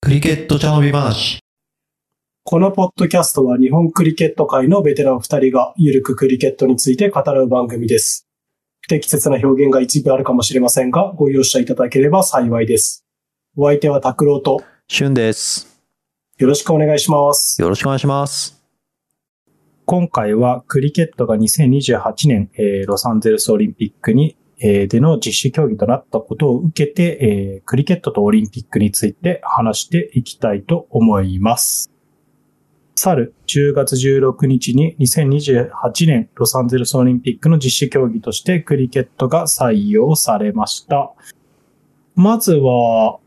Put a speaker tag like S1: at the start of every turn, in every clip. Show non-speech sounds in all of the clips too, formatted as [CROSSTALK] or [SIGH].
S1: クリケット茶飲み話。
S2: このポッドキャストは日本クリケット界のベテラン二人がゆるくクリケットについて語らう番組です。不適切な表現が一部あるかもしれませんが、ご容赦いただければ幸いです。お相手は拓郎と
S1: しゅんです。
S2: よろしくお願いします。
S1: よろしくお願いします。
S3: 今回はクリケットが2028年、えーロサンゼルスオリンピックに、えーでの実施競技となったことを受けて、えークリケットとオリンピックについて話していきたいと思います。去る10月16日に2028年ロサンゼルスオリンピックの実施競技としてクリケットが採用されました。まずは、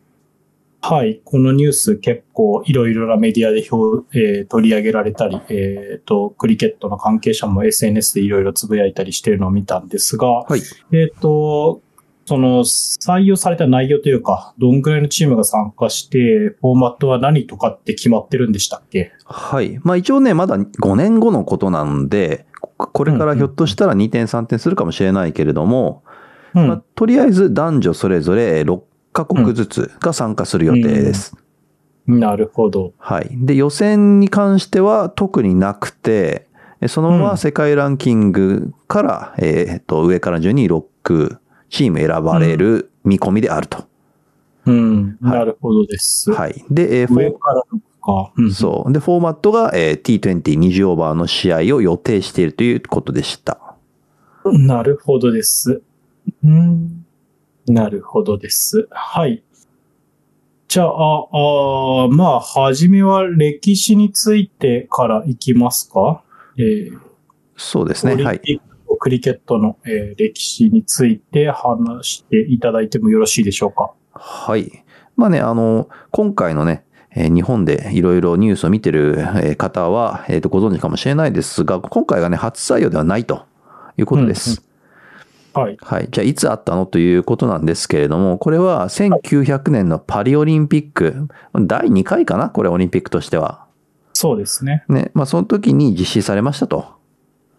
S3: はい。このニュース結構いろいろなメディアで表、えー取り上げられたり、えっ、と、クリケットの関係者も SNS でいろいろつぶやいたりしてるのを見たんですが、
S1: はい
S3: えっ、と、その採用された内容というか、どんぐらいのチームが参加して、フォーマットは何とかって決まってるんでしたっけ
S1: はい。まあ一応ね、まだ5年後のことなんで、ここれからひょっとしたら2点3点するかもしれないけれども、
S3: う
S1: まあ
S3: ん。
S1: とりあえず男女それぞれ6カ国ずつが参加する予定です。
S3: なるほど。
S1: はい。で、予選に関しては特になくて、えそのま
S3: う
S1: ま
S3: ん
S1: 世界ランキングから、えーっと、上から順に6チーム選ばれる見込みであると。
S3: うん。
S1: はい
S3: なるほどです。
S1: はい。で、えーフォー
S3: 上からとか。うん
S1: そう。で、フォーマットが、えー T20、20オーバーの試合を予定しているということでした。
S3: なるほどです。うん。なるほどです。はい。じゃあ、あーまあ、はじめは歴史についてからいきますか。えー
S1: そうですね。
S3: オリ
S1: は
S3: ン
S1: い。
S3: ピックとクリケットの、えー歴史について話していただいてもよろしいでしょうか。
S1: はい。まあね、あの、今回のね、えー日本でいろいろニュースを見てるえー方は、えーと、ご存知かもしれないですが、今回がね、初採用ではないということです。
S3: はい。
S1: はい。じゃあ、いつあったのということなんですけれども、これは1900年のパリオリンピック、第2回かなこれ、オリンピックとしては。
S3: そうですね。
S1: ね。まあ、その時に実施されましたと。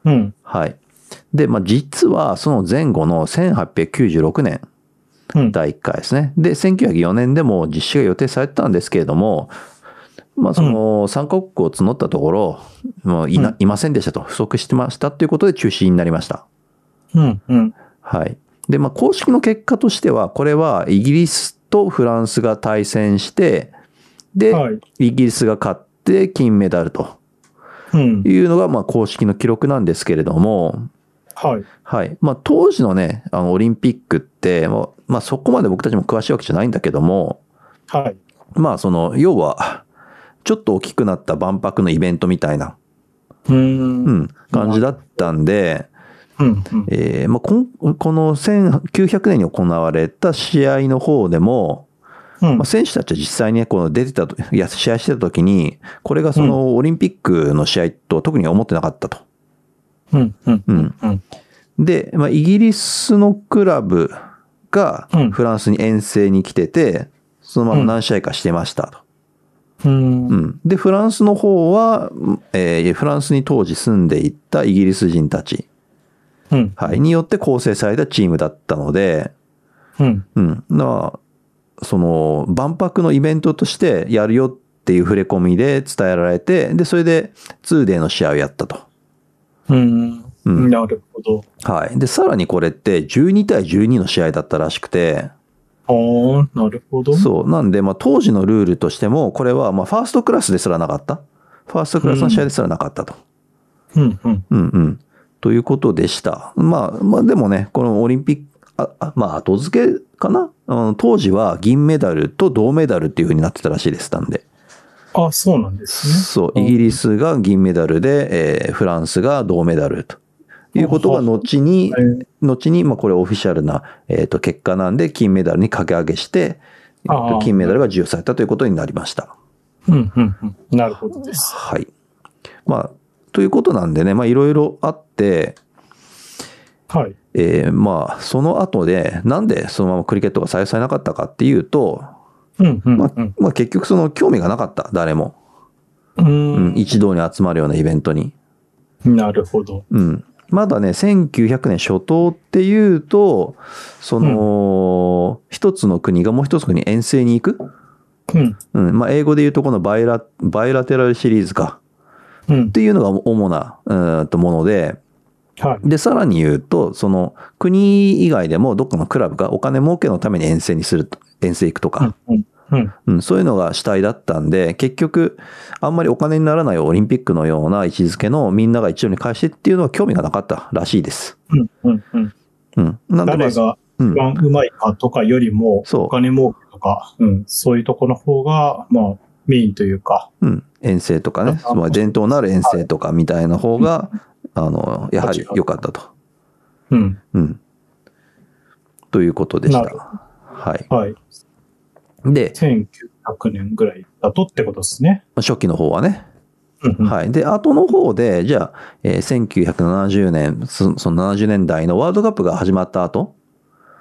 S3: うん。
S1: はい。で、まあ、実はその前後の1896年、
S3: うん。
S1: 第1回ですね。で、1904年でも実施が予定されてたんですけれども、まあ、その、参加国を募ったところ、もういな
S3: うん
S1: いませんでしたと、不足してましたということで中止になりました。
S3: うん。うん。
S1: はい。で、まあ、公式の結果としては、これはイギリスとフランスが対戦して、で、
S3: はい。
S1: イギリスが勝って金メダルと
S3: うん。
S1: いうのが、まあ、公式の記録なんですけれども、
S3: はい。
S1: はい。まあ、当時のね、あの、オリンピックって、まあ、まあ、そこまで僕たちも詳しいわけじゃないんだけども、
S3: はい。
S1: まあ、その、要は、ちょっと大きくなった万博のイベントみたいな、
S3: う。
S1: うんん、感じだったんで、
S3: うん。うん。
S1: えーまあ、こんこの1900年に行われた試合の方でも、
S3: うん
S1: まあ、。選手たちは実際にね、この出てたと、いや、試合してた時に、これがその、オリンピックの試合と特に思ってなかったと。
S3: うん。うん。
S1: うん。
S3: うん。
S1: で、まあ、イギリスのクラブが
S3: うん
S1: フランスに遠征に来てて、そのまま何試合かしてましたと。
S3: うん
S1: う。ん、で、フランスの方は、えーフランスに当時住んでいたイギリス人たち、
S3: うん。
S1: はい、によって構成されたチームだったので、
S3: うん。
S1: うん、まあ、その、万博のイベントとしてやるよっていう触れ込みで伝えられて、で、それで 2day の試合をやったと。
S3: うん。
S1: うん
S3: なるほど。
S1: はい。で、さらにこれって12対12の試合だったらしくて、
S3: ああ、なるほど。
S1: そう。なんで、まあ、当時のルールとしても、これは、まあ、ファーストクラスですらなかった。ファーストクラスの試合ですらなかったと。
S3: うん、うん。
S1: うん、うん、ということでした。まあ、まあ、でもね、このオリンピック、ああまあ、後付けかな、うん、当時は銀メダルと銅メダルっていう風になってたらしいです、なんで。
S3: あそうなんです
S1: そう。
S3: うん
S1: イギリスが銀メダルで、えーフランスが銅メダルと。いうことが後に
S3: ね。、え
S1: 後に、まあ、これオフィシャルな、えっ、と、結果なんで、金メダルに掛け上げして、えーと
S3: あー
S1: 金メダルが授与されたということになりました。
S3: ーうん、うん、うん。なるほどです。
S1: はい。まあ、ということなんでね、まあ、いろいろあって、
S3: はい。
S1: えーまあ、その後で、なんでそのままクリケットが採用されなかったかっていうと、
S3: うん、うん、
S1: まあ
S3: うん、
S1: まあ、結局その興味がなかった、誰も。
S3: う
S1: うん
S3: ん。
S1: 一堂に集まるようなイベントに。
S3: なるほど。
S1: うん。まだね、1900年初頭っていうと、その、一つの国がもう一つの国遠征に行く。
S3: うん。
S1: うん。まあ、英語で言うとこのバイラ、バイラテラルシリーズか。
S3: うん
S1: っ。ていうのが主な、うーんと、もので、
S3: はい。
S1: で、さらに言うと、その、国以外でもどっかのクラブがお金儲けのために遠征にすると、遠征行くと
S3: う
S1: か
S3: ん、。うん。うん。
S1: うん、そういうのが主体だったんで、結局、あんまりお金にならないオリンピックのような位置づけのみんなが一堂に会してっていうのは興味がなかったらしいです。
S3: うん。うん。うん。
S1: うん。なんでまあ
S3: 誰が
S1: う
S3: 一
S1: ん。
S3: 番うまいかとかよりも、
S1: そう
S3: お金儲けとか、うん。そういうとこの方が、まあ、メインというか、
S1: うん。遠征とかね、
S3: あ
S1: まあ、伝統のある遠征とかみたいな方が、あの、やはり良かったと。
S3: うん。
S1: うん。ということでし
S3: な
S1: た
S3: る。
S1: はい。
S3: はい。
S1: で、
S3: 1900年ぐらいだとってことですね。
S1: まあ初期の方はね、
S3: うんうん。
S1: はい。で、後の方で、じゃあ、えー1970年、そその70年代のワールドカップが始まった後、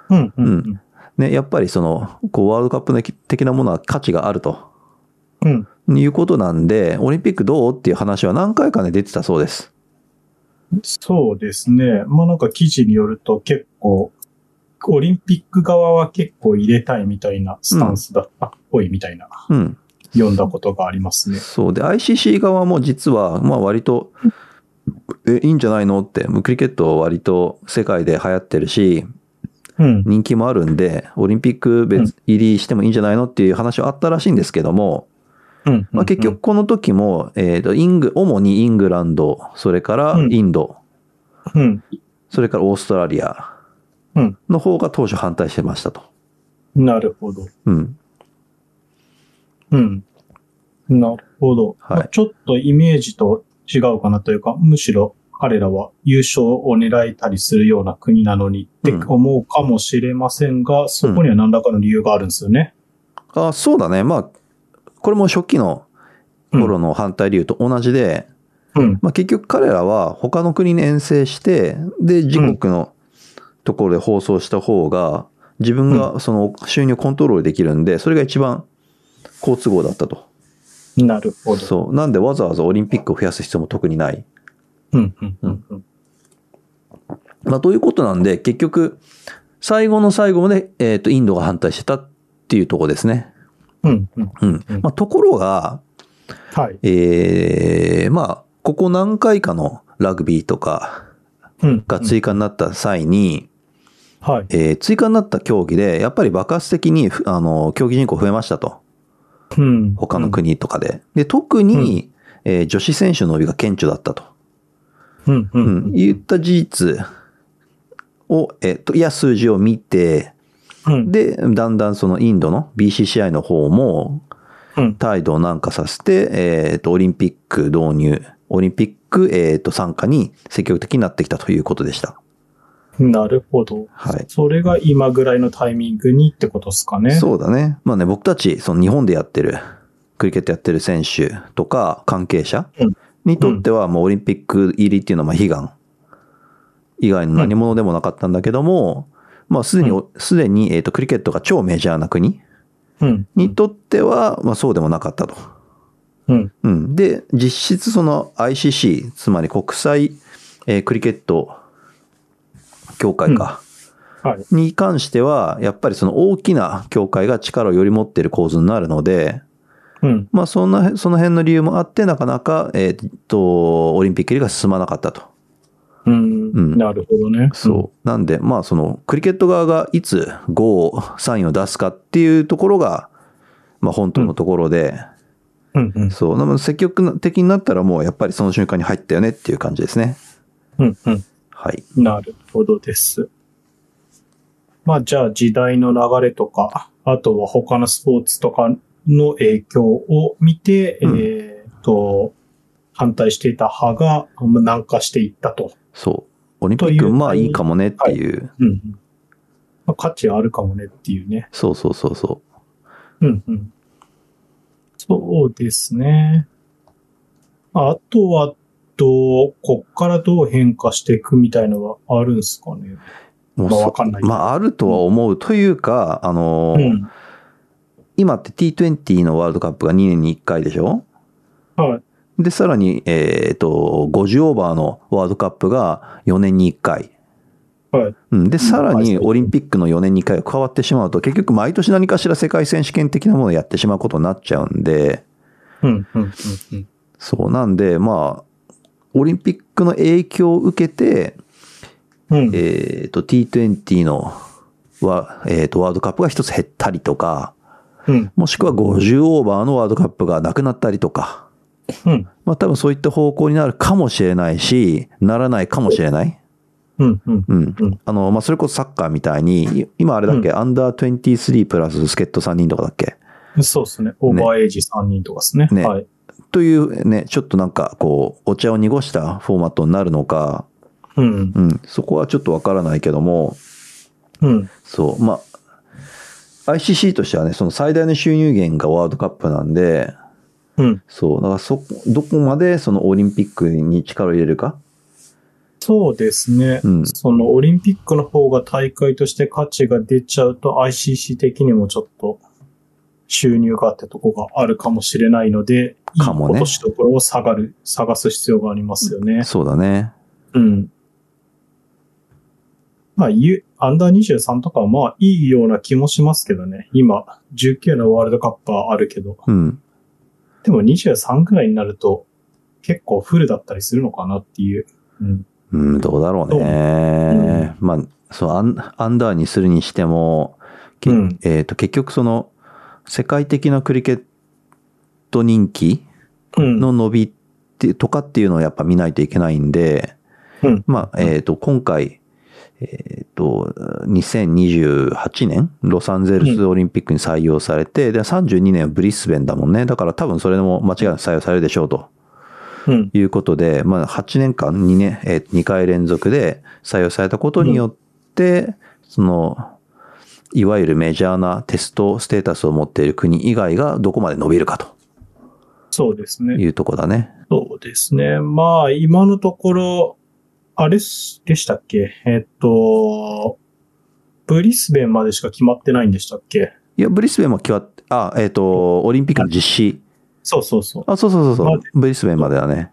S3: うん。うん。
S1: ね、やっぱりその、こう、ワールドカップ的なものは価値があると
S3: うん。
S1: いうことなんで、オリンピックどうっていう話は何回かね、出てたそうです。
S3: そうですね。まあなんか記事によると結構、オリンピック側は結構入れたいみたいなスタンスだったっぽいみたいな、
S1: うん。
S3: 読んだことがありますね。
S1: そうで、ICC 側も実は、まあ割と、え、いいんじゃないのって、クリケットは割と世界で流行ってるし、
S3: うん。
S1: 人気もあるんで、オリンピック別入りしてもいいんじゃないのっていう話はあったらしいんですけども、
S3: うん。
S1: まあ、結局この時も、えーとイング主にイングランドそれから
S3: うん
S1: インド、
S3: うん。
S1: それからオーストラリア
S3: うん
S1: の方が当初反対してましたと。
S3: うん。なるほど。
S1: うん。
S3: うん。なるほど。
S1: はい
S3: まあちょっとイメージと違うかなというか、むしろ彼らは優勝を狙えたりするような国なのにって
S1: うん
S3: 思うかもしれませんが、そこには何らかの理由があるんですよね。
S1: あそうだね。まあ、これも初期の頃の反対理由と同じで、
S3: うん。
S1: まあ、結局彼らは他の国に遠征して、で、自国のところで放送した方が、自分がその収入をコントロールできるんで、それが一番好都合だったと。
S3: なるほど。
S1: そう。なんでわざわざオリンピックを増やす必要も特にない。
S3: うん。うん。うん。うん。
S1: まあ、ということなんで、結局、最後の最後まで、えっ、と、インドが反対してたっていうところですね。
S3: うん。うん。
S1: うん
S3: うん。
S1: まあ、ところが、
S3: はい。
S1: ええまあ、ここ何回かのラグビーとか
S3: うん。
S1: が追加になった際に、
S3: はい。
S1: えー追加になった競技で、やっぱり爆発的に、ふあの、競技人口増えましたと。
S3: うん。
S1: 他の国とかで。で、特に、えー女子選手の伸びが顕著だったと。
S3: うん。う。
S1: うんん、言った事実を、えっと、いや、数字を見て、
S3: うん。
S1: で、だんだんそのインドの BCCI の方も
S3: うん。
S1: 態度を軟化させて、えっと、オリンピック導入、オリンピック、えっと、参加に積極的になってきたということでした。
S3: なるほど。
S1: はい。
S3: それが今ぐらいのタイミングにってことですかね。
S1: そうだね。まあね、僕たち、その日本でやってる、クリケットやってる選手とか関係者
S3: うん
S1: にとっては、もうオリンピック入りっていうのはまあ悲願以外の何者でもなかったんだけども、まあすでに、すでに、えっと、クリケットが超メジャーな国
S3: うん。
S1: にとっては、まあそうでもなかったと。
S3: うん。
S1: うん。で、実質その ICC、つまり国際、えークリケット協会か。
S3: はい。
S1: に関しては、やっぱりその大きな協会が力をより持っている構図になるので、
S3: うん。
S1: まあそんな、その辺の理由もあって、なかなか、えーっと、オリンピック入りが進まなかったと。
S3: うん。
S1: うん
S3: なるほどね。
S1: そう。なんで、まあその、クリケット側がいつ5、サインを出すかっていうところが、まあ本当のところで、
S3: うん。うん。
S1: そう。なので積極的になったらもうやっぱりその瞬間に入ったよねっていう感じですね。
S3: うん。うん。
S1: はい。
S3: なるほどです。まあ、じゃあ時代の流れとか、あとは他のスポーツとかの影響を見て、
S1: うん
S3: えっと、反対していた派がまあ南下していったと。
S1: そう。オリンピッ
S3: とい
S1: ク、
S3: う
S1: まあいいかもねっていう。
S3: うん。まあ、価値あるかもねっていうね。
S1: そうそうそうそ
S3: うんうん。そうですね。あとは、どう、こっからどう変化していくみたいのはあるんすかね。
S1: う。もう
S3: まあ
S1: そ
S3: わかんない
S1: まああるとは思うというか、あの
S3: う
S1: ー、
S3: ん。
S1: 今って T20 のワールドカップが2年に1回でしょ
S3: はい。
S1: で、さらに、えっ、と、50オーバーのワールドカップが4年に1回。
S2: はい
S1: うん、で、さらにオリンピックの4年に1回が加わってしまうと、結局毎年何かしら世界選手権的なものをやってしまうことになっちゃうんで、
S3: うん、うん、うん、うん。
S1: そうなんで、まあ、オリンピックの影響を受けて、
S3: うん、
S1: えっ、と、T20 のは、えっ、と、ワールドカップが一つ減ったりとか、
S3: うん、
S1: もしくは50オーバーのワールドカップがなくなったりとか、
S3: うん、
S1: まあ多分そういった方向になるかもしれないし、ならないかもしれない。
S3: うん、うん。
S1: うん
S3: うん。
S1: あの、まあそれこそサッカーみたいに、い今あれだっけ、アンダー23プラス助っ人3人とかだっけ
S3: そうですね。オーバーエイジ3人とかですね。
S1: ね
S3: はい。
S1: というね、ちょっとなんかこう、お茶を濁したフォーマットになるのか、
S3: うん、
S1: うん、そこはちょっとわからないけども、
S3: うん、
S1: そう、まあ、ICC としてはね、その最大の収入源がワールドカップなんで、
S3: うん。
S1: そう、だからそこ、どこまでそのオリンピックに力を入れるか。
S3: そうですね。
S1: うん
S3: そのオリンピックの方が大会として価値が出ちゃうと ICC 的にもちょっと収入がってとこがあるかもしれないので、
S1: かもね
S3: いい落としどころを下がる、探す必要がありますよね。
S1: そうだね。
S3: うん。まあ、ゆアンダー23とかはまあいいような気もしますけどね。今、19のワールドカップはあるけど。
S1: うん。
S3: でも23くらいになると結構フルだったりするのかなっていう。うん。
S1: うん、どうだろうね。まあ、そう、アンアンダーにするにしても、け
S3: うん
S1: えっ、と、結局その、世界的なクリケット人気
S3: うん。
S1: の伸びって、とかっていうのをやっぱ見ないといけないんで、
S3: うん
S1: まあ、えっ、と、今回、えっ、と、2028年、ロサンゼルスオリンピックに採用されて、で、32年はブリスベンだもんね。だから多分それも間違いなく採用されるでしょうと。
S3: うん。
S1: ということで、まあ、8年間2年、えー2回連続で採用されたことによって、その、いわゆるメジャーなテストステータスを持っている国以外がどこまで伸びるかと
S3: そうですね。
S1: いうとこだね。
S3: そうですね。まあ、今のところ、あれっすでしたっけえっと、ブリスベンまでしか決まってないんでしたっけ
S1: いや、ブリスベンも決まって、あ、えっ、と、オリンピックの実施。
S3: そうそうそ
S1: あ、そうそうそうそ
S3: まあ
S1: う。ブリスベンまでだね。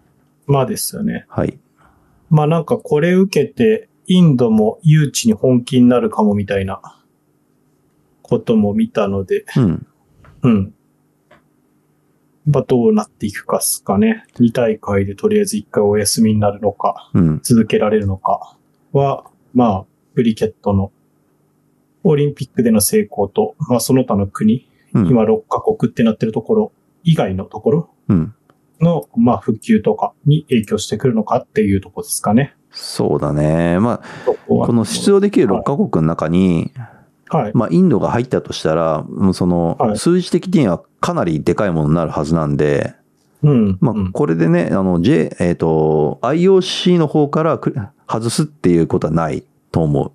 S3: う。まあですよね。
S1: はい。
S3: まあなんかこれ受けて、インドも誘致に本気になるかもみたいなことも見たので、
S1: うん。
S3: うん。まあどうなっていくかっすかね。2大会でとりあえず1回お休みになるのか。
S1: うん。
S3: 続けられるのかは、まあ、ブリケットのオリンピックでの成功と、まあその他の国、
S1: うん。
S3: 今6カ国ってなってるところ以外のところ
S1: うん。
S3: の、まあ復旧とかに影響してくるのかっていうとこですかね。
S1: そうだね。まあ、
S3: そこは
S1: この出場できる6カ国の中に、
S3: はい。
S1: まあ、インドが入ったとしたら、もうその
S3: は、い
S1: 数字的にはかなりでかいものになるはずなんで、
S3: うん。
S1: ま
S3: うん
S1: あ、これでね、あの、J、えっ、と、IOC の方からく外すっていうことはないと思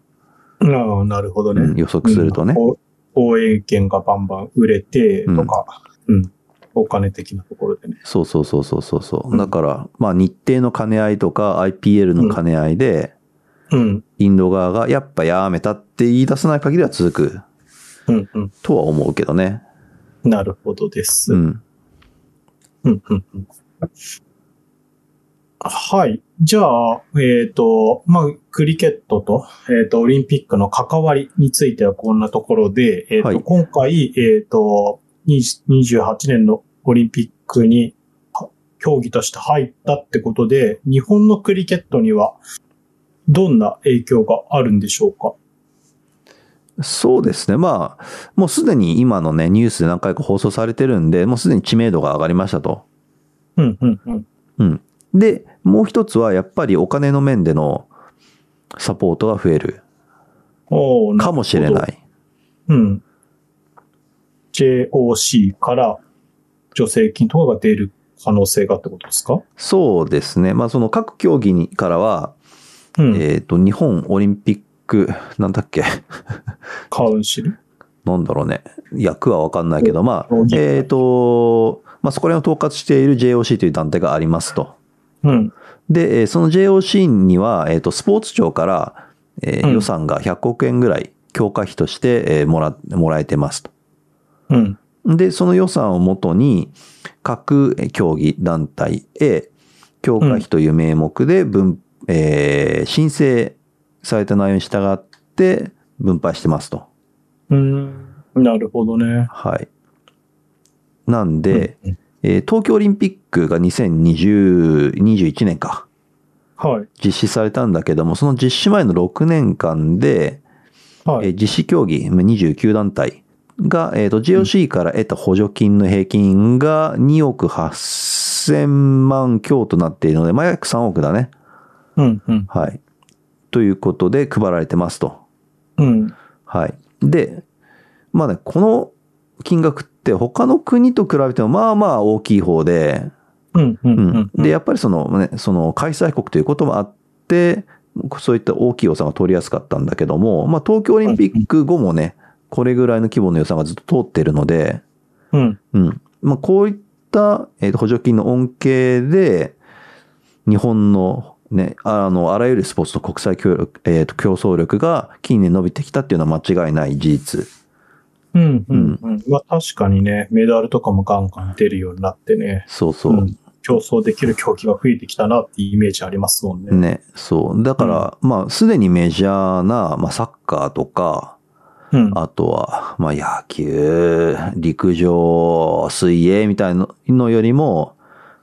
S3: ああなるほど
S1: う。
S3: ね。
S1: うん予測するとね。
S3: うん。応援券がバンバン売れてとか、うん。お金的なところでね。
S1: そうそうそうそうそうそうう。
S3: ん
S1: だから、まあ、日程の兼ね合いとか、IPL の兼ね合いで、
S3: うん。
S1: インド側がやっぱやめたって言い出さない限りは続く
S3: うん。うん。
S1: とは思うけどね。
S3: なるほどです。
S1: うん。
S3: うんうんうんはい。じゃあ、えっ、と、まあ、クリケットと、えっ、と、オリンピックの関わりについてはこんなところで、えっ、と、
S1: はい
S3: 今回、えっ、と、20 28年のオリンピックに、は競技として入ったってことで、日本のクリケットには、どんな影響があるんでしょうか
S1: そうですね。まあ、もうすでに今のね、ニュースで何回か放送されてるんで、もうすでに知名度が上がりましたと。
S3: うん、うん、うん。
S1: うん。で、もう一つはやっぱりお金の面でのサポートが増える
S3: おー
S1: かもしれ
S3: なるほど
S1: ない。
S3: うん。JOC から助成金とかが出る可能性がってことですか
S1: そうですね。まあその各競技にからは、
S3: うん。
S1: えっ、と、日本オリンピック、なんだっけ
S3: カウンシル
S1: なんだろうね。役はわかんないけど、まあ
S3: 競、技会
S1: えっ、と、まあそこら辺を統括している JOC という団体がありますと。
S3: うん。
S1: で、えーその JOC には、えっ、と、スポーツ庁から、えー
S3: うん
S1: 予算が100億円ぐらい、強化費として、えーもら、もらえてますと。
S3: うん。
S1: で、その予算をもとに、各競技団体へ、強化費という名目で分、えー申請された内容に従って分配してますと。
S3: うん。なるほどね。
S1: はい。なんで、
S3: うん
S1: えー東京オリンピックが2020、21年か、
S3: はい。
S1: 実施されたんだけども、その実施前の6年間で、
S3: は
S1: え
S3: い。
S1: ー実施競技まあ29団体が、えーと、GOC から得た補助金の平均が2億8000万強となっているので、まあ、約3億だね。
S3: うん、うん。
S1: はい。ということで、配られてますと。
S3: うん。
S1: はい。で、まあね、この金額って他の国と比べてもまあまあ大きい方で、
S3: うん、うん、
S1: うん。
S3: うん。
S1: で、、やっぱりそのね、その開催国ということもあって、そういった大きい予算が取りやすかったんだけども、まあ東京オリンピック後もね、これぐらいの規模の予算がずっと通ってるので、
S3: うん。
S1: うん。まあこういった、えーと補助金の恩恵で、日本のね、あの、あらゆるスポーツと国際協力、えーと競争力が近年伸びてきたっていうのは間違いない事実。
S3: うん、うん、うん。まあ確かにね、メダルとかもガンガン出るようになってね、
S1: そうそう。
S3: うん競争できる競技が増えてきたなっていうイメージありますもんね。
S1: ね、そう。だから、まあ、すでにメジャーな、まあ、サッカーとか、
S3: うん。
S1: あとは、まあ、野球、陸上、水泳みたいなのよりも、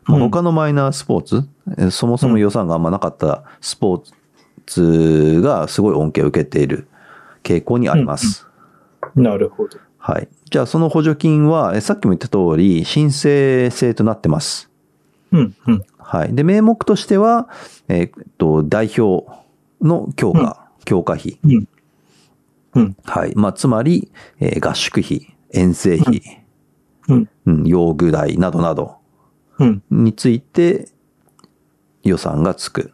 S1: まあ
S3: うん
S1: 他のマイナースポーツ、えそもそも予算があんまなかったスポーツがすごい恩恵を受けている傾向にあります。
S3: なるほど。
S1: はい。じゃあ、その補助金は、えさっきも言った通り、申請制となってます。
S3: うん、うん。
S1: はい。で、名目としては、えーっと、代表の強化、強化費。
S3: うんうん
S1: はい。まあ、つまり、えー合宿費、遠征費、
S3: うん
S1: うん用具代などなど
S3: うん。
S1: について予算がつく。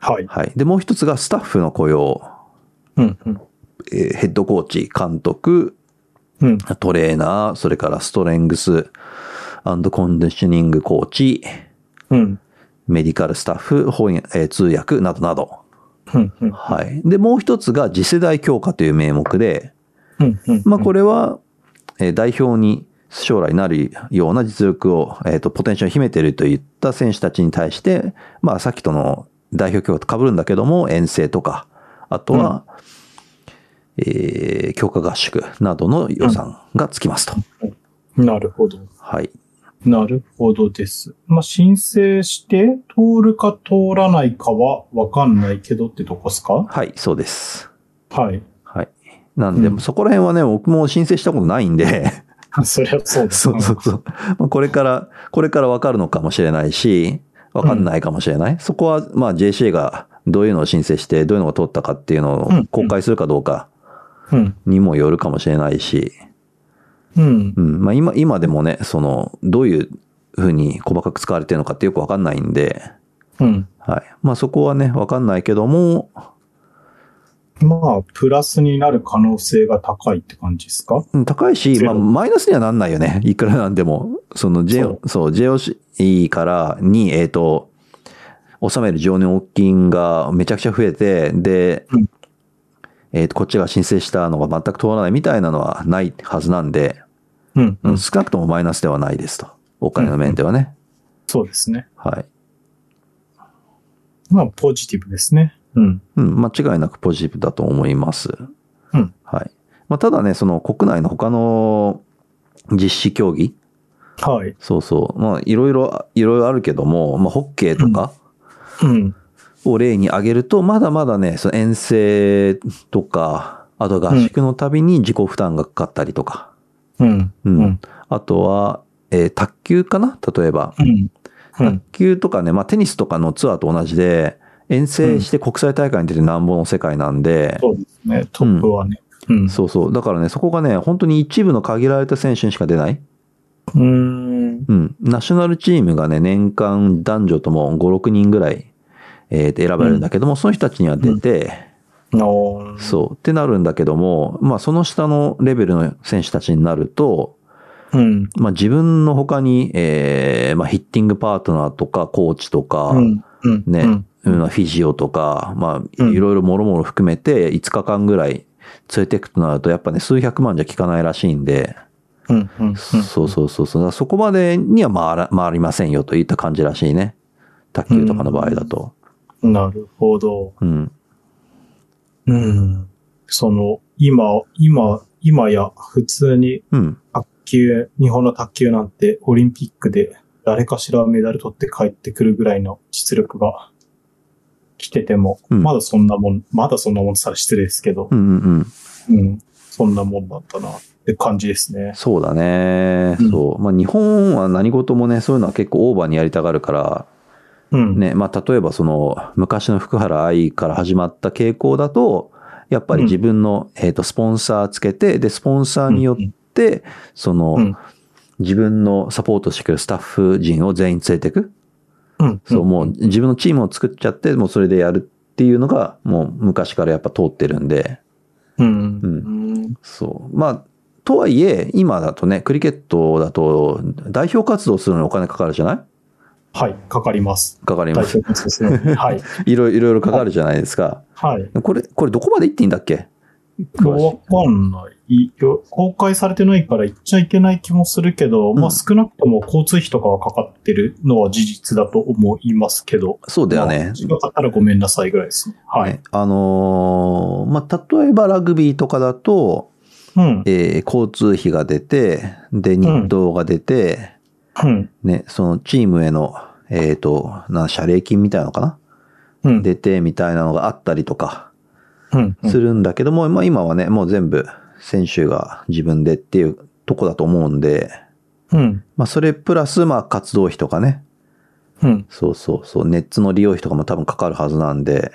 S3: はい。
S1: はい。で、もう一つがスタッフの雇用、
S3: うん、うん。
S1: えーヘッドコーチ、監督、
S3: うん。
S1: トレーナー、それからストレングスコンディショニングコーチ、
S3: うん。
S1: メディカルスタッフ、翻訳えー通訳などなど。
S3: うん。うん。
S1: はい。で、もう一つが次世代強化という名目で、
S3: うん。うん。
S1: まあこ
S3: れ。
S1: れは、えー代表に将来なるような実力を、えっ、と、ポテンシャルを秘めているといった選手たちに対して、まあさっきとの代表強化と被るんだけども、遠征とか、あとは、えー強化合宿などの予算がつきますと。
S3: なるほど。
S1: はい。
S3: なるほどです。まあ、申請して、通るか通らないかはわかんないけどってとこっすか
S1: はい、そうです。
S3: はい。
S1: はい。なんで、
S3: うん
S1: そこら辺はね、僕も申請したことないんで、
S3: そりゃそうだ。
S1: そうそうそう。まあこれから、これから分かるのかもしれないし、分かんないかもしれない。そこは、まあ JCA がどういうのを申請して、どういうのが通ったかっていうの
S3: うん
S1: を公開するかどうか
S3: うん。
S1: にもよるかもしれないし、
S3: うん。
S1: うん。まあ今、今でもね、その、どういうふうに細かく使われてるのかってよく分かんないんで、
S3: うん。
S1: はい。まあそこはね、分かんないけども、
S3: まあ、プラスになる可能性が高いって感じですか
S1: うん高いし、
S3: ゼ
S1: まあ
S3: ロ
S1: マイナスにはなんないよね。い [LAUGHS] くらなんでも。その J、
S3: そ
S1: そう、JOC からに、えっ、と、納める常年金がめちゃくちゃ増えて、で、
S3: うん
S1: えっ、と、こっちが申請したのが全く通らないみたいなのはないはずなんで、
S3: うん。
S1: うん少なくともマイナスではないですと。お金の面ではね。
S3: そうですね。
S1: はい。
S3: まあ、ポジティブですね。うん。
S1: うん、間違いなくポジティブだと思います。
S3: うん
S1: はい。まあ、ただね、その国内の他の実施競技、
S3: はい。
S1: そうそう。まあ、いろいろ、いろいろあるけども、まあ、ホッケーとか
S3: うん。
S1: を例に挙げると、まだまだね、その遠征とか、あと合宿のたびに自己負担がかかったりとか、
S3: うん。
S1: う。
S3: うんん。
S1: あとは、えー卓球かな例えば。
S3: うん。うん
S1: 卓。球とかね、まあ、テニスとかのツアーと同じで、遠征して国際大会に出てなんぼの世界なんで、
S3: そうですね。トップはね。うん。
S1: そうそう。だからね、そこがね、本当に一部の限られた選手にしか出ない。
S3: うーん。
S1: うん。ナショナルチームがね、年間男女とも5、6人ぐらい、えーで選ばれるんだけども、その人たちには出て、
S3: のー
S1: そう、ってなるんだけども、まあ、その下のレベルの選手たちになると、
S3: うん。
S1: まあ、自分の他に、えーまあ、ヒッティングパートナーとか、コーチとか、
S3: うん。うん。
S1: ね
S3: うん
S1: うんフィジオとか、まあ、
S3: うん
S1: いろいろもろもろ含めて、5日間ぐらい連れていくとなると、やっぱね、数百万じゃ効かないらしいんで、
S3: うんうんうん
S1: そうそうそうそう。だからそこまでには回ら回りませんよといった感じらしいね。卓球とかの場合だと。
S3: なるほど。
S1: うん。
S3: うん。その、今、今、今や普通に
S1: うん。
S3: 卓球、日本の卓球なんてオリンピックで誰かしらメダル取って帰ってくるぐらいの実力が来てても、
S1: うん
S3: まだそんなもん、まだそんなもんって言ったら失礼ですけど、
S1: うんうんうん。
S3: うん、そんなもんだったなって感じですね。
S1: そうだね。
S3: うん
S1: そう。まあ日本は何事もね、そういうのは結構オーバーにやりたがるから、
S3: うん。
S1: ね、まあ例えばその昔の福原愛から始まった傾向だと、やっぱり自分の、えっ、と、スポンサーつけて、で、スポンサーによって、その、
S3: うん
S1: 自分のサポートしてくれるスタッフ陣を全員連れてく。
S3: うん、
S1: そう、もう自分のチームを作っちゃって、もうそれでやるっていうのが、もう昔からやっぱ通ってるんで、
S3: うん。
S1: う
S3: うん。
S1: そう。まあ、とはいえ、今だとね、クリケットだと、代表活動するのにお金かかるじゃない
S3: はい、かかります。
S1: かかり
S3: 代
S1: ます。
S3: 表活動ですね。はい。
S1: いろいろいろいろかかるじゃないですか。
S3: はい。
S1: これ、これどこまで行っていいんだっけ
S3: わかんないよ。公開されてないから言っちゃいけない気もするけど、
S1: ん
S3: まあ少なくとも交通費とかはかかってるのは事実だと思いますけど。
S1: そうだよ
S3: ま
S1: ね
S3: あ。違かったらごめんなさいぐらいですね。はい。
S1: ねあのーまあ、例えばラグビーとかだと、
S3: うん。
S1: えー交通費が出て、で、日当が出て、
S3: うん。
S1: ね、そのチームへの、えっ、と、な、謝礼金みたいなのかな
S3: うん。
S1: 出てみたいなのがあったりとか
S3: うん。
S1: するんだけども、まあ今はね、もう全部選手が自分でっていうとこだと思うんで、
S3: うん。
S1: まあそれプラスまあ活動費とかね、
S3: うん。
S1: そうそうそう、ネットの利用費とかも多分かかるはずなんで、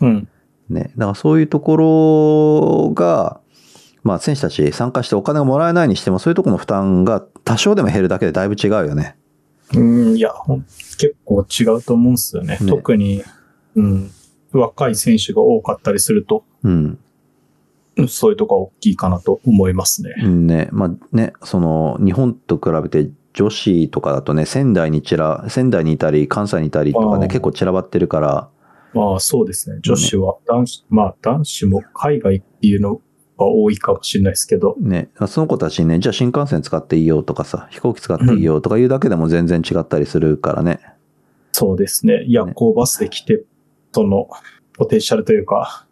S3: うん。
S1: ね、だからそういうところが、まあ選手たち参加してお金がもらえないにしても、そういうところの負担が多少でも減るだけでだいぶ違うよね。
S3: うん。いや、ほん結構違うと思うんですよね。
S1: ね
S3: 特に、うん。若い選手が多かったりすると、
S1: うん。
S3: うんそういうとこは大きいかなと思いますね。
S1: ね、まあね、その、日本と比べて女子とかだとね、仙台にちら、仙台にいたり、関西にいたりとか
S3: あ
S1: ね、
S3: ー
S1: 結構散らばってるから、
S3: まあそうですね。女子は、男子、まあ男子も海外っていうのが多いかもしれないですけど。
S1: ね、その子たちにね、じゃあ新幹線使っていいよとかさ、飛行機使っていいよとか言うだけでも全然違ったりするからね。
S3: そうですね。夜行バスで来て、その、ポテンシャルというか、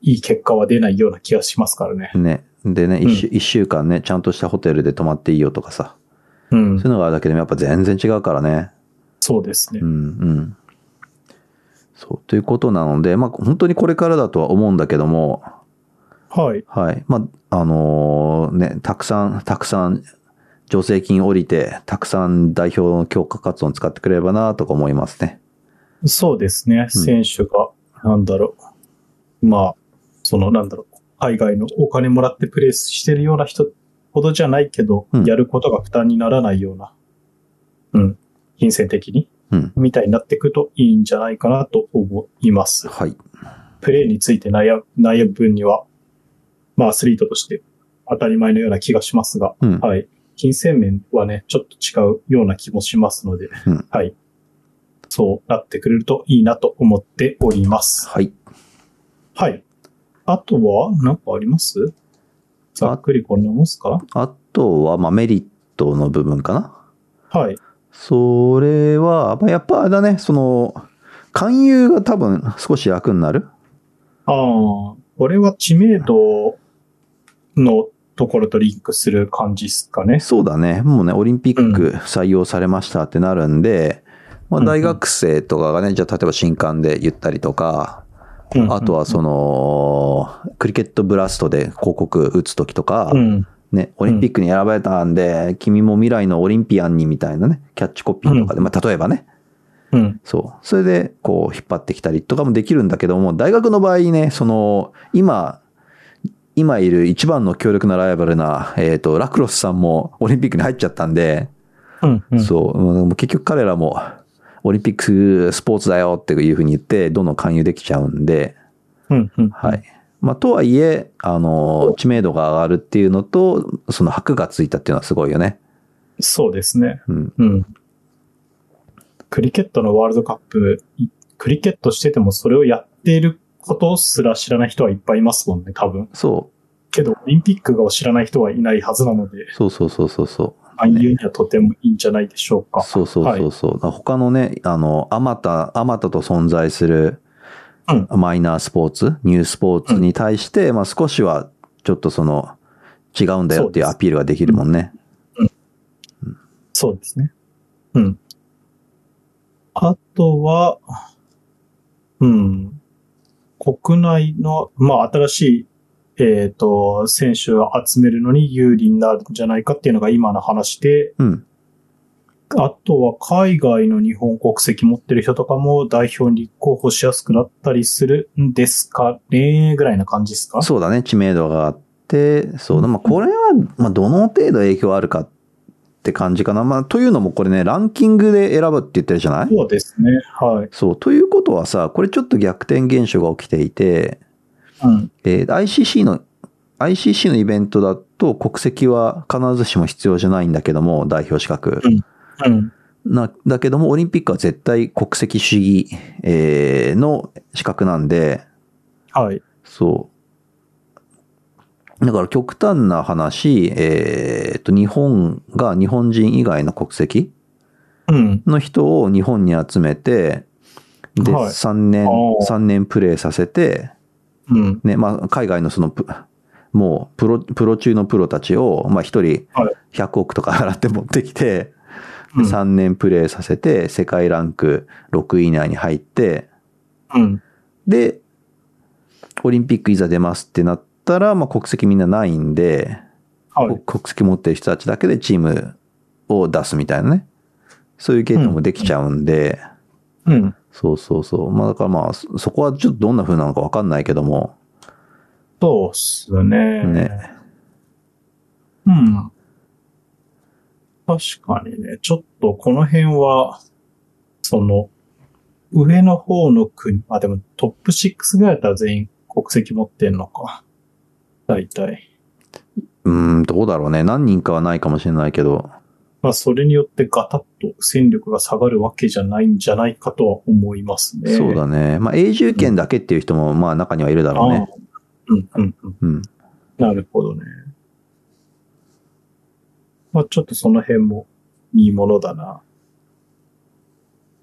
S3: いい結果は出ないような気がしますからね。
S1: ね。でね、一週一週間ね、ちゃんとしたホテルで泊まっていいよとかさ、
S3: う
S1: そ
S3: ん
S1: うい。うのがあるだけでもやっぱ全然違うからね。
S3: そうですね
S1: う。ん、うん。そう、ということなので、まあ本当にこれからだとは思うんだけども、
S3: はい。
S1: はい。まあ、あのね、たくさん、たくさん、助成金降りて、たくさん代表の強化活動に使ってくれればなとか思いますね。
S3: そうですね。選手が、なんだろう。まあ、その、なんだろう。海外のお金もらってプレーしてるような人ほどじゃないけど、
S1: うん
S3: やることが負担にならないような、うん。金銭的に
S1: うん。
S3: みたいになってくといいんじゃないかなと思います。
S1: はい。
S3: プレーについて悩悩む分には、まあアスリートとして当たり前のような気がしますが、
S1: うん。
S3: はい。金銭面はね、ちょっと違うような気もしますので、
S1: うん
S3: はい。そうなってくれるといいなと思っております。
S1: はい。
S3: はい。あとは、なんかありますざっくりこんなもんすか
S1: あとは、まあ、メリットの部分かな。
S3: はい。
S1: それは、まあ、やっぱあれだね、その、勧誘が多分少し楽になる。
S3: ああ、これは知名度のところとリンクする感じっすかね。
S1: そうだね。もうね、オリンピック採用されましたってなるんで、ま
S3: う
S1: あ、
S3: んうん
S1: 大学生とかがね、じゃあ例えば新刊で言ったりとか、あとはその、クリケットブラストで広告打つときとか、
S3: うん、
S1: ね、オリンピックに選ばれたんで、君も未来のオリンピアンにみたいなね、キャッチコピーとかで、まあ例えばね、
S3: うん、
S1: そう。それで、こう、引っ張ってきたりとかもできるんだけども、大学の場合ね、その、今、今いる一番の強力なライバルな、えっ、と、ラクロスさんもオリンピックに入っちゃったんで、
S3: うん、うん。
S1: そう、もう結局彼らも、オリンピックスポーツだよっていうふうに言って、どんどん勧誘できちゃうんで、
S3: うん、うん。
S1: はい。まあ、とはいえ、あの、知名度が上がるっていうのと、その箔がついたっていうのはすごいよね。
S3: そうですね。
S1: うん。
S3: うん。クリケットのワールドカップ、いクリケットしててもそれをやっていることすら知らない人はいっぱいいますもんね、多分。
S1: そ
S3: けど、オリンピックを知らない人はいないはずなので、
S1: そうそうそうそうそう。
S3: 暗誘にはとてもいいんじゃないでしょうか。
S1: そうそうそうそう。だから他のね、あの、あまた、あまたと存在する
S3: うん
S1: マイナースポーツ、ニュースポーツに対して、まあ少しはちょっとその、違うんだよっていうアピールができるもんね。
S3: そうですね。うん。あとは、うん。国内の、まあ、新しい、えっ、と、選手を集めるのに有利になるんじゃないかっていうのが今の話で、
S1: うん。
S3: あとは海外の日本国籍持ってる人とかも代表に立候補しやすくなったりするんですかねぐらいな感じですか
S1: そうだね、知名度があって、そうだ、まあこれは、まあどの程度影響あるかって感じかな。まあというのもこれね、ランキングで選ぶって言ってるじゃない
S3: そうですね。はい。
S1: そう。ということはさ、これちょっと逆転現象が起きていて、
S3: うん。
S1: えー ICC の、ICC のイベントだと国籍は必ずしも必要じゃないんだけども、代表資格。
S3: うん。
S1: な、だけども、オリンピックは絶対国籍主義、えーの資格なんで、
S3: はい。
S1: そう。だから極端な話、えーっと、日本が日本人以外の国籍
S3: うん。
S1: の人を日本に集めて、で、
S3: はい
S1: 3年
S3: あー、
S1: 3年プレーさせて、
S3: うん。
S1: ね、まあ、海外のそのプ、もう、プロ、プロ中のプロたちを、まあ、一人
S3: はい
S1: 100億とか払って持ってきて、
S3: うん
S1: 3年プレーさせて、世界ランク6位以内に入って、
S3: うん。
S1: で、オリンピックいざ出ますってなったら、まあ、国籍みんなないんで、
S3: はい。
S1: 国籍持ってる人たちだけでチームを出すみたいなね。そういう系統もできちゃうんで、
S3: うん。
S1: そうそうそう。まあ、だからまあ、そそこはちょっとどんな風なのかわかんないけども、
S3: そうっすね。
S1: ね
S3: うん。確かにね、ちょっとこの辺は、その、上の方の国、あ、でもトップ6ぐらいだったら全員国籍持ってんのか。大体。
S1: うーん、どうだろうね。何人かはないかもしれないけど、
S3: まあ、それによってガタッと戦力が下がるわけじゃないんじゃないかとは思いますね。
S1: そうだね。まあ、永住権だけっていう人も、まあ、中にはいるだろう
S3: ああ
S1: ね。
S3: うん、うん、うん。
S1: うん。
S3: なるほどね。まあ、ちょっとその辺も見ものだな。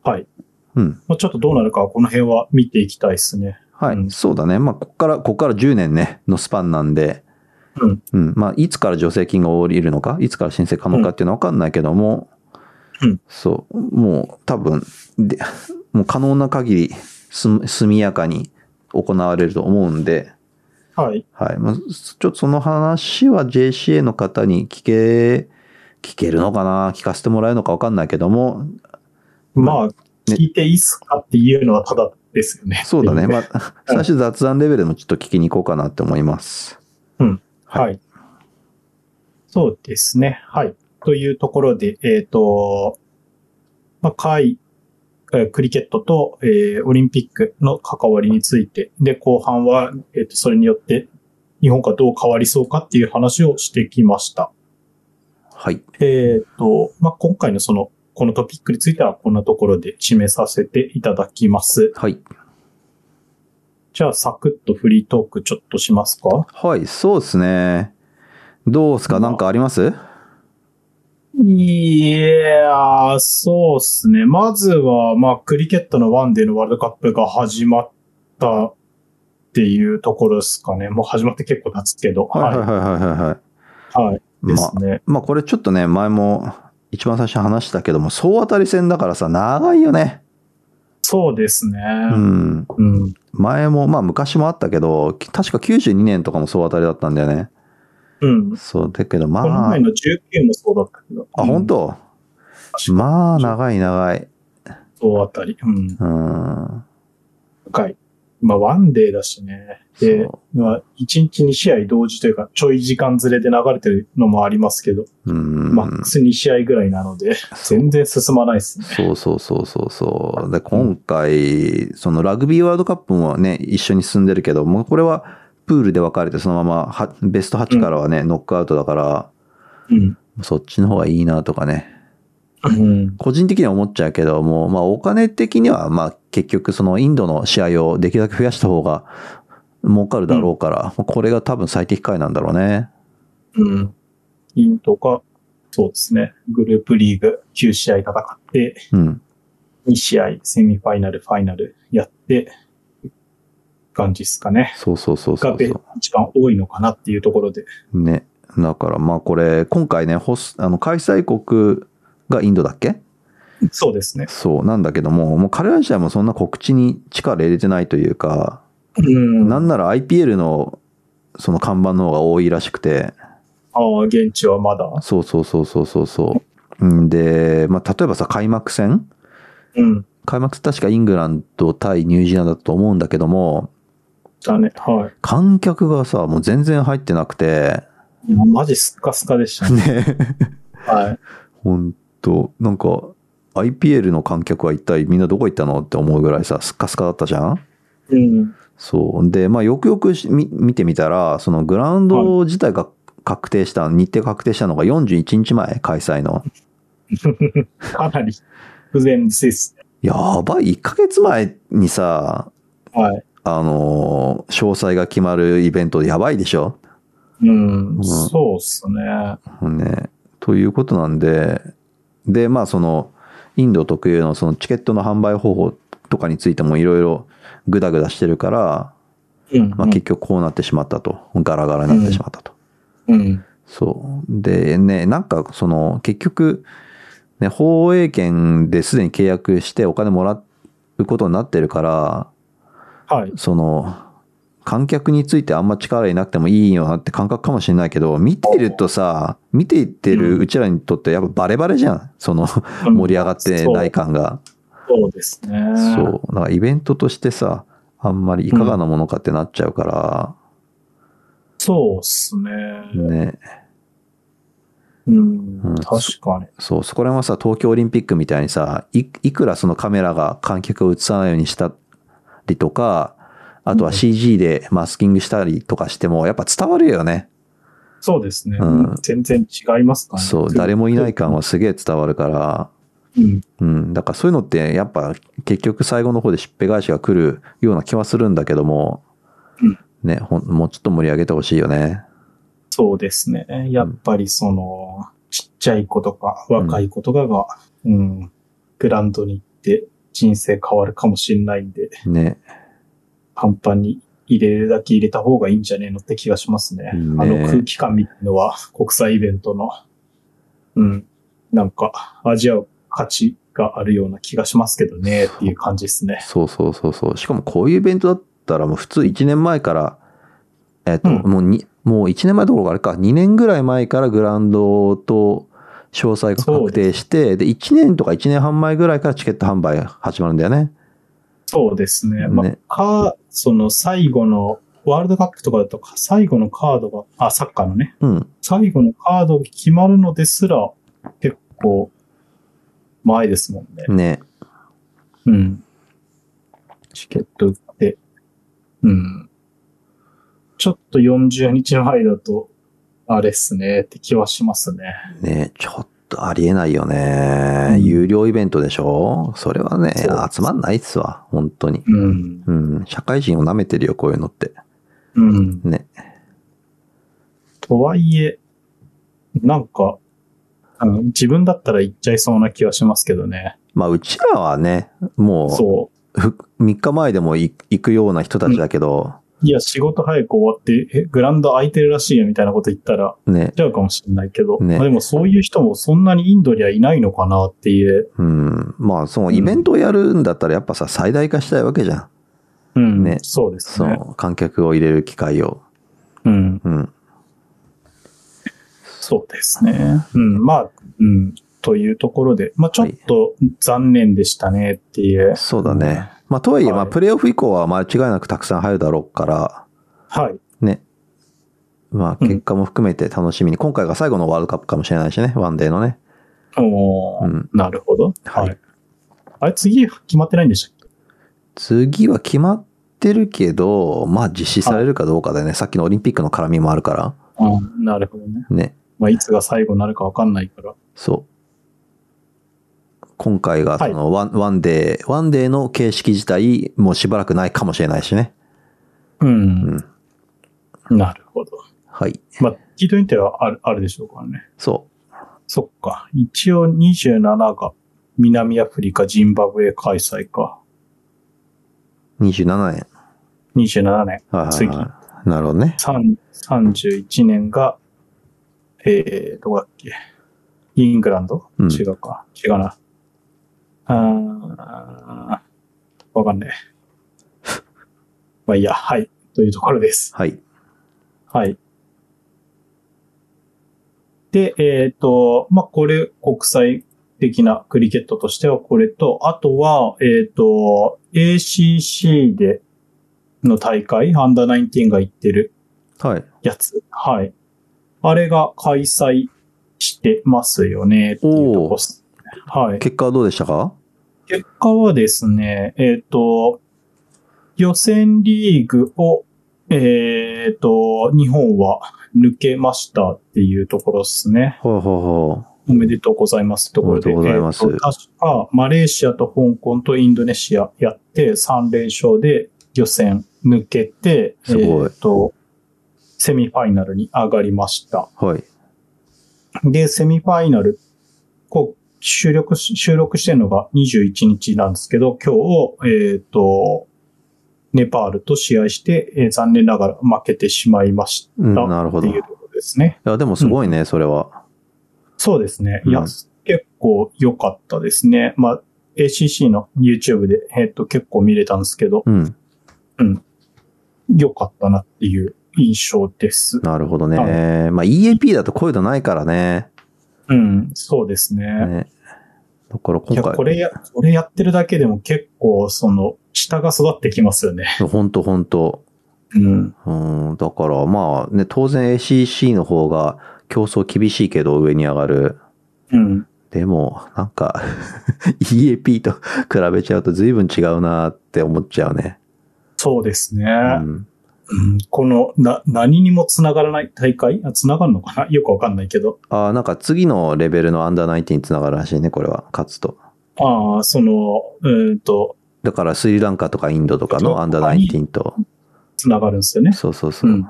S3: はい。
S1: うん。
S3: まあ、ちょっとどうなるかはこの辺は見ていきたいですね。
S1: はい、
S3: うん
S1: そうだね。まあ、こっから、こっから10年ね、のスパンなんで、
S3: うん。
S1: まあ、いつから助成金が降りるのか、いつから申請可能かっていうのはわかんないけども、
S3: うん
S1: そう、もう多分、で、もう可能な限り、す、速やかに行われると思うんで、
S3: はい。
S1: はい。まあ、すちょっとその話は JCA の方に聞け、聞けるのかな聞かせてもらえるのかわかんないけども、
S3: まあ、聞いていいっすかっていうのはただですよね。
S1: そうだね。。まあ、最初雑談レベルもちょっと聞きに行こうかなって思います。
S3: はい。そうですね。はい。というところで、えっ、と、まあ、会、えークリケットと、えーオリンピックの関わりについて、で、後半は、えっ、と、それによって、日本がどう変わりそうかっていう話をしてきました。
S1: はい。
S3: えっ、と、まあ、今回のその、このトピックについてはこんなところで締めさせていただきます。
S1: はい。
S3: じゃあ、サクッとフリートークちょっとしますか
S1: はい、そうですね。どうですかなんかあります
S3: いやー、そうっすね。まずは、まあ、クリケットのワンデーのワールドカップが始まったっていうところですかね。もう始まって結構経つけど。
S1: はいはい
S3: は
S1: はいはいはいはい。
S3: い。はい。ですね。
S1: まあこれちょっとね、前も一番最初に話したけども、総当たり戦だからさ、長いよね。
S3: そうですね。
S1: うん。
S3: うん。
S1: 前も、まあ昔もあったけど、き確か92年とかも総当たりだったんだよね。
S3: うん。
S1: そう、だけど
S3: この
S1: まあ
S3: 前、の19もそうだったけど。
S1: あ、本当、
S3: うん
S1: まあ長い長い。
S3: そうあたり。うん。
S1: うん。
S3: 深い。まあ、ワンデーだしね。で、
S1: そ
S3: まあ、1日2試合同時というか、ちょい時間ずれで流れてるのもありますけど、
S1: う。うん。
S3: マックス2試合ぐらいなので、
S1: そう
S3: 全然進まないですね。
S1: そうそうそうそうそう。で、今回、そのラグビーワールドカップもね、一緒に進んでるけど、もうこれはプールで分かれて、そのままはベスト8からはね、ノックアウトだから、
S3: うん。
S1: そっちの方がいいなとかね。
S3: うん。
S1: 個人的には思っちゃうけども、まあお金的には、まあ結局そのインドの試合をできるだけ増やした方が、儲かるだろうから、これが多分最適解なんだろうね。
S3: うん。インとか、そうですね。グループリーグ9試合戦って、
S1: うん。
S3: 2試合セミファイナル、ファイナルやって、感じですかね。
S1: そうそうそうそ
S3: が
S1: う
S3: べ
S1: そ
S3: 一番多いのかなっていうところで。
S1: う。ね。だからまあこれ、今回ね、ホス、あの、開催国がインドだっけ
S3: そうですね。
S1: そう、なんだけども、もう彼ら自体もそんな告知に力入れてないというか、
S3: うん。
S1: なんなら IPL のその看板の方が多いらしくて、
S3: ああ、現地はまだ。
S1: そうそうそうそうそうそう。んで、まあ、例えばさ、開幕戦
S3: うん。
S1: 開幕確かイングランド対ニュージーランドだと思うんだけども、
S3: だね。は
S1: 観客がさ、もう全然入ってなく
S3: [LAUGHS]
S1: て、
S3: い。マジスカスカでしたね。
S1: ね、
S3: はい。
S1: ほんと、なんか、IPL の観客は一体みんなどこ行ったのって思うぐらいさ、スッカスカだったじゃん
S3: うん。
S1: そう。で、まあ、よくよくしみ見てみたら、そのグラウンド自体が確定した、日程確定したのが41日前、開催の。
S3: かなり不全ですね。
S1: やばい、1ヶ月前にさ、
S3: はい。
S1: あのー詳細が決まるイベントやばいでしょ
S3: うん。
S1: うん
S3: そうっすね。
S1: ね。ということなんで、で、まあその、インド特有のそのチケットの販売方法とかについてもいろいろグダグダしてるから、
S3: うん。
S1: まあ結局こうなってしまったと。ガラガラになってしまったと。
S3: うん。
S1: そう。でね、なんかその結局、ね、放映権ですでに契約してお金もらうことになってるから、
S3: はい。
S1: その、観客についてあんま力いなくてもいいよなって感覚かもしれないけど、見てるとさ、見ていってるうちらにとってやっぱバレバレじゃん。その盛り上がってない感が。
S3: そうですね。
S1: そう。だからイベントとしてさ、あんまりいかがなものかってなっちゃうか
S3: そうっすね。
S1: ら、ね。
S3: うん
S1: うん。
S3: 確かに。
S1: そう、そこら辺はさ、東京オリンピックみたいにさ、いいくらそのカメラが観客を映さないようにしたりとか、あとは CG でマスキングしたりとかしても、やっぱ伝わるよね。
S3: そうですね。
S1: うん
S3: 全然違いますからね。
S1: そう、誰もいない感はすげえ伝わるから、
S3: うん。
S1: うん、だからそういうのってやっぱ結局最後の方でしっぺ返しが来るような気はするんだけども、
S3: うん
S1: ね、ほんもうちょっと盛り上げてほしいよね。
S3: そうですね。やっぱりその、ちっちゃい子とか若い子とかが、うん、グラウンドに行って人生変わるかもしれないんで、
S1: ね、
S3: パンパンに入れるだけ入れた方がいいんじゃねえのって気がします
S1: ね
S3: ね。あの空気感みたいのは国際イベントの、うん、なんか味わう価値があるような気がしますけどねっていう感じですね。
S1: そうそうそうそう。しかもこういうイベントだったらもう普通1年前から、えっ、と、
S3: うん
S1: もうに、もう1年前どころかあれか、2年ぐらい前からグラウンドと詳細が確定して、で、1年とか1年半前ぐらいからチケット販売始まるんだよね。
S3: そうですね。ま
S1: ね
S3: あ、か、その最後の、ワールドカップとかだとか、最後のカードが、あ、サッカーのね、
S1: うん。
S3: 最後のカードが決まるのですら、結構、前ですもんね。
S1: ね。
S3: うん。チケット売って、うん。ちょっと40日前だと、あれっすね、って気はしますね。
S1: ねちょっとありえないよね。
S3: うん
S1: 有料イベントでしょそれはね
S3: そう、
S1: 集まんないっすわ。本当に。
S3: うん。
S1: うん。社会人を舐めてるよ、こういうのって。
S3: うん。
S1: ね。
S3: とはいえ、なんか、あの自分だったら行っちゃいそうな気はしますけどね。
S1: まあ、うちらはね、も、
S3: そう
S1: 3日前でもい行くような人たちだけど、
S3: う。いや、仕事早く終わって、え、グラウンド空いてるらしいよみたいなこと言ったら、
S1: ね。
S3: ちゃうかもしれないけど、
S1: ね
S3: まあでもそういう人もそんなにインドにはいないのかなっていう。
S1: うん。まあ、そのイベントをやるんだったら、やっぱさ、最大化したいわけじゃん。
S3: うん。
S1: ね
S3: そうです
S1: そ
S3: ね。
S1: の、観客を入れる機会を。
S3: うん。
S1: うん。
S3: そうですね。うん。まあ、うん。というところで、まあちょっと残念でしたねっていう。
S1: そうだね。まあ、とはいえ、
S3: はい
S1: まあ、プレイオフ以降は間違いなくたくさん入るだろうから、
S3: はい。
S1: ね。まあ、
S3: うん
S1: 結果も含めて楽しみに、今回が最後のワールドカップかもしれないしね、ワンデーのね。
S3: おー
S1: うん
S3: なるほど。
S1: はい
S3: はい。あれ、次決まってないんでしたっけ
S1: 次は決まってるけど、まあ、実施されるかどうかだよね。さっきのオリンピックの絡みもあるか
S3: うん。なるほどね。
S1: ら、ね。
S3: まあ、いつが最後になるかわかんないから。
S1: そう。今回がそ
S3: はい
S1: のワン、ワンデー、ワンデーの形式自体、もうしばらくないかもしれないしね。
S3: う。
S1: うんん。
S3: なるほど。
S1: はい。
S3: まあ、キートインテルはある、あるでしょうからね。
S1: そ
S3: そっか。一応27が南アフリカ、ジンバブエ開催か。
S1: う。27円。
S3: 27年。
S1: はいはい
S3: 次
S1: はい。なるほどね。
S3: 3 31年が、えー、どこだっけ。イングランド、
S1: うん
S3: 違うか。違うな。あーわかんねえ。 [LAUGHS] まあいいや、はい。というところです。
S1: はい。
S3: はい。で、えっ、と、まあ、これ、国際的なクリケットとしてはこれと、あとは、えっ、と、ACC での大会、アンダー19が行ってる
S1: はい。
S3: やつ。はい。あれが開催してますよね、っていうとこっすはい。
S1: 結果はどうでしたか
S3: 結果はですね、えっ、と、予選リーグを、えっ、と、日本は抜けましたっていうところですね。
S1: ほうほうほ
S3: おめでとうございますってところで。
S1: おめでとうございます
S3: えーと確か、マレーシアと香港とインドネシアやって3連勝で予選抜けて、
S1: すごい
S3: えっと、セミファイナルに上がりました。
S1: う。はい。
S3: で、セミファイナル、こう、収録し、収録してるのが21日なんですけど、今日、えっ、と、ネパールと試合して、えー残念ながら負けてしまいまし
S1: うん、
S3: た。
S1: なるほ
S3: って
S1: ど。
S3: いう
S1: い
S3: ところですね。
S1: や、でもすごいね、それは。
S3: そうですね。
S1: うん
S3: いや、結構良かったですね。まあ、ACC の YouTube で、えっ、と、結構見れたんですけど、
S1: うん。
S3: 良かったなっていう印象です。
S1: なるほどね。まあ EAP だとこういうのないからね。
S3: うん、そうですね
S1: ね。だから
S3: いや
S1: 今回、
S3: これや、これやってるだけでも結構、その、下が育ってきますよね。
S1: 本当本当
S3: うん。
S1: うん、だからまあね、当然 ACC の方が競争厳しいけど上に上がる。
S3: うん。
S1: でも、なんか、EAP と比べちゃうと随分違うなって思っちゃうね。
S3: そうですね。
S1: うん。
S3: うんこの、な、何にも繋がらない大会あ、繋がるのかなよくわかんないけど。
S1: ああ、なんか次のレベルのアンダーナインティにつながるらしいね、これは。勝つと。
S3: ああ、その、うーんと、
S1: だからスリランカとかインドとかのアンダーナインティと。
S3: 繋がるんですよね。
S1: そうそうそう。
S3: うん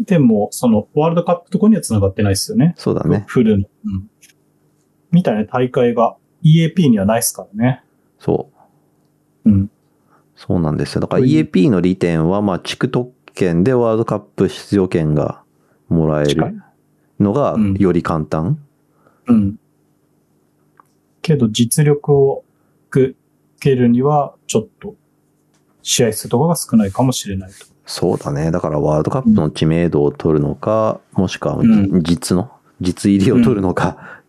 S3: でも、その、ワールドカップとかには繋がってないですよね。
S1: そうだね。
S3: フルの。うん。みたいな大会が EAP にはないですからね。
S1: そう。
S3: うん。
S1: そうなんですよ。だから
S3: うん
S1: EAP の利点は、まあ、地区特権でワールドカップ出場権がもらえ
S3: 近い
S1: るのが
S3: うん
S1: より簡単。
S3: うん。けど、実力を受けるには、ちょっと、試合数とかが少ないかもしれないと。
S1: そうだね。だからワールドカップの知名度を取るのか、もしくは
S3: ん
S1: 実の、実入りを取るのか、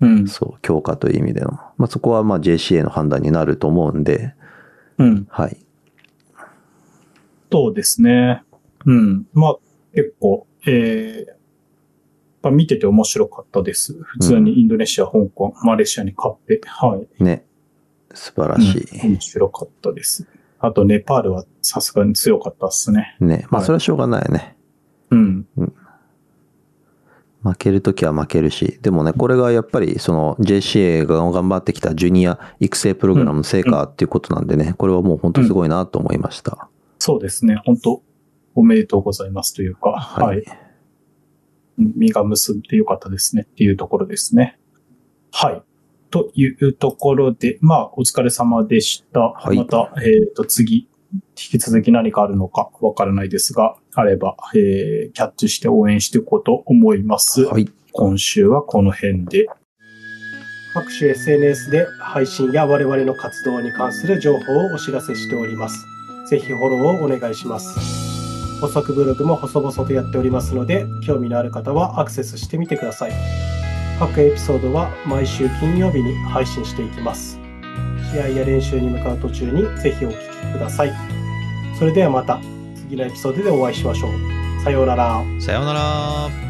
S3: うん。
S1: そう、強化という意味での。まあ、そこはまあ JCA の判断になると思うんで、
S3: うん。
S1: はい。
S3: そうですね。うん。まあ、結構、えー、まあ見てて面白かったです。普通にインドネシア、香港、マレーシアに勝って、はい。
S1: ね。素晴らしい。
S3: 面白かったです。あと、ネパールはさすがに強かったっすね。
S1: ね。まあ、
S3: はい
S1: それはしょうがないよね。
S3: うん。
S1: 負けるときは負けるし、でもね、これがやっぱりその JCA が頑張ってきたジュニア育成プログラムの成果っていうことなんでね、これはもう本当すごいなと思いました。
S3: そうですね。本当おめでとうございますというか、は
S1: は
S3: い。
S1: い。
S3: うん実が結んでよかったですねっていうところですね。はい。というところで、まあ、お疲れ様でした。
S1: はい
S3: また、えっ、と、次、引き続き何かあるのかわからないですが、あれば、えー、キャッチして応援していこうと思います。
S1: はい。
S3: 今週はこの辺で。
S2: 各種 SNS で配信や我々の活動に関する情報をお知らせしております。ぜひフォローをお願いします。補足ブログも細々とやっておりますので、興味のある方はアクセスしてみてください。各エピソードは毎週金曜日に配信していきます。試合や練習に向かう途中にぜひお聞きください。それではまた次のエピソードでお会いしましょう。さようなら。
S1: さようなら。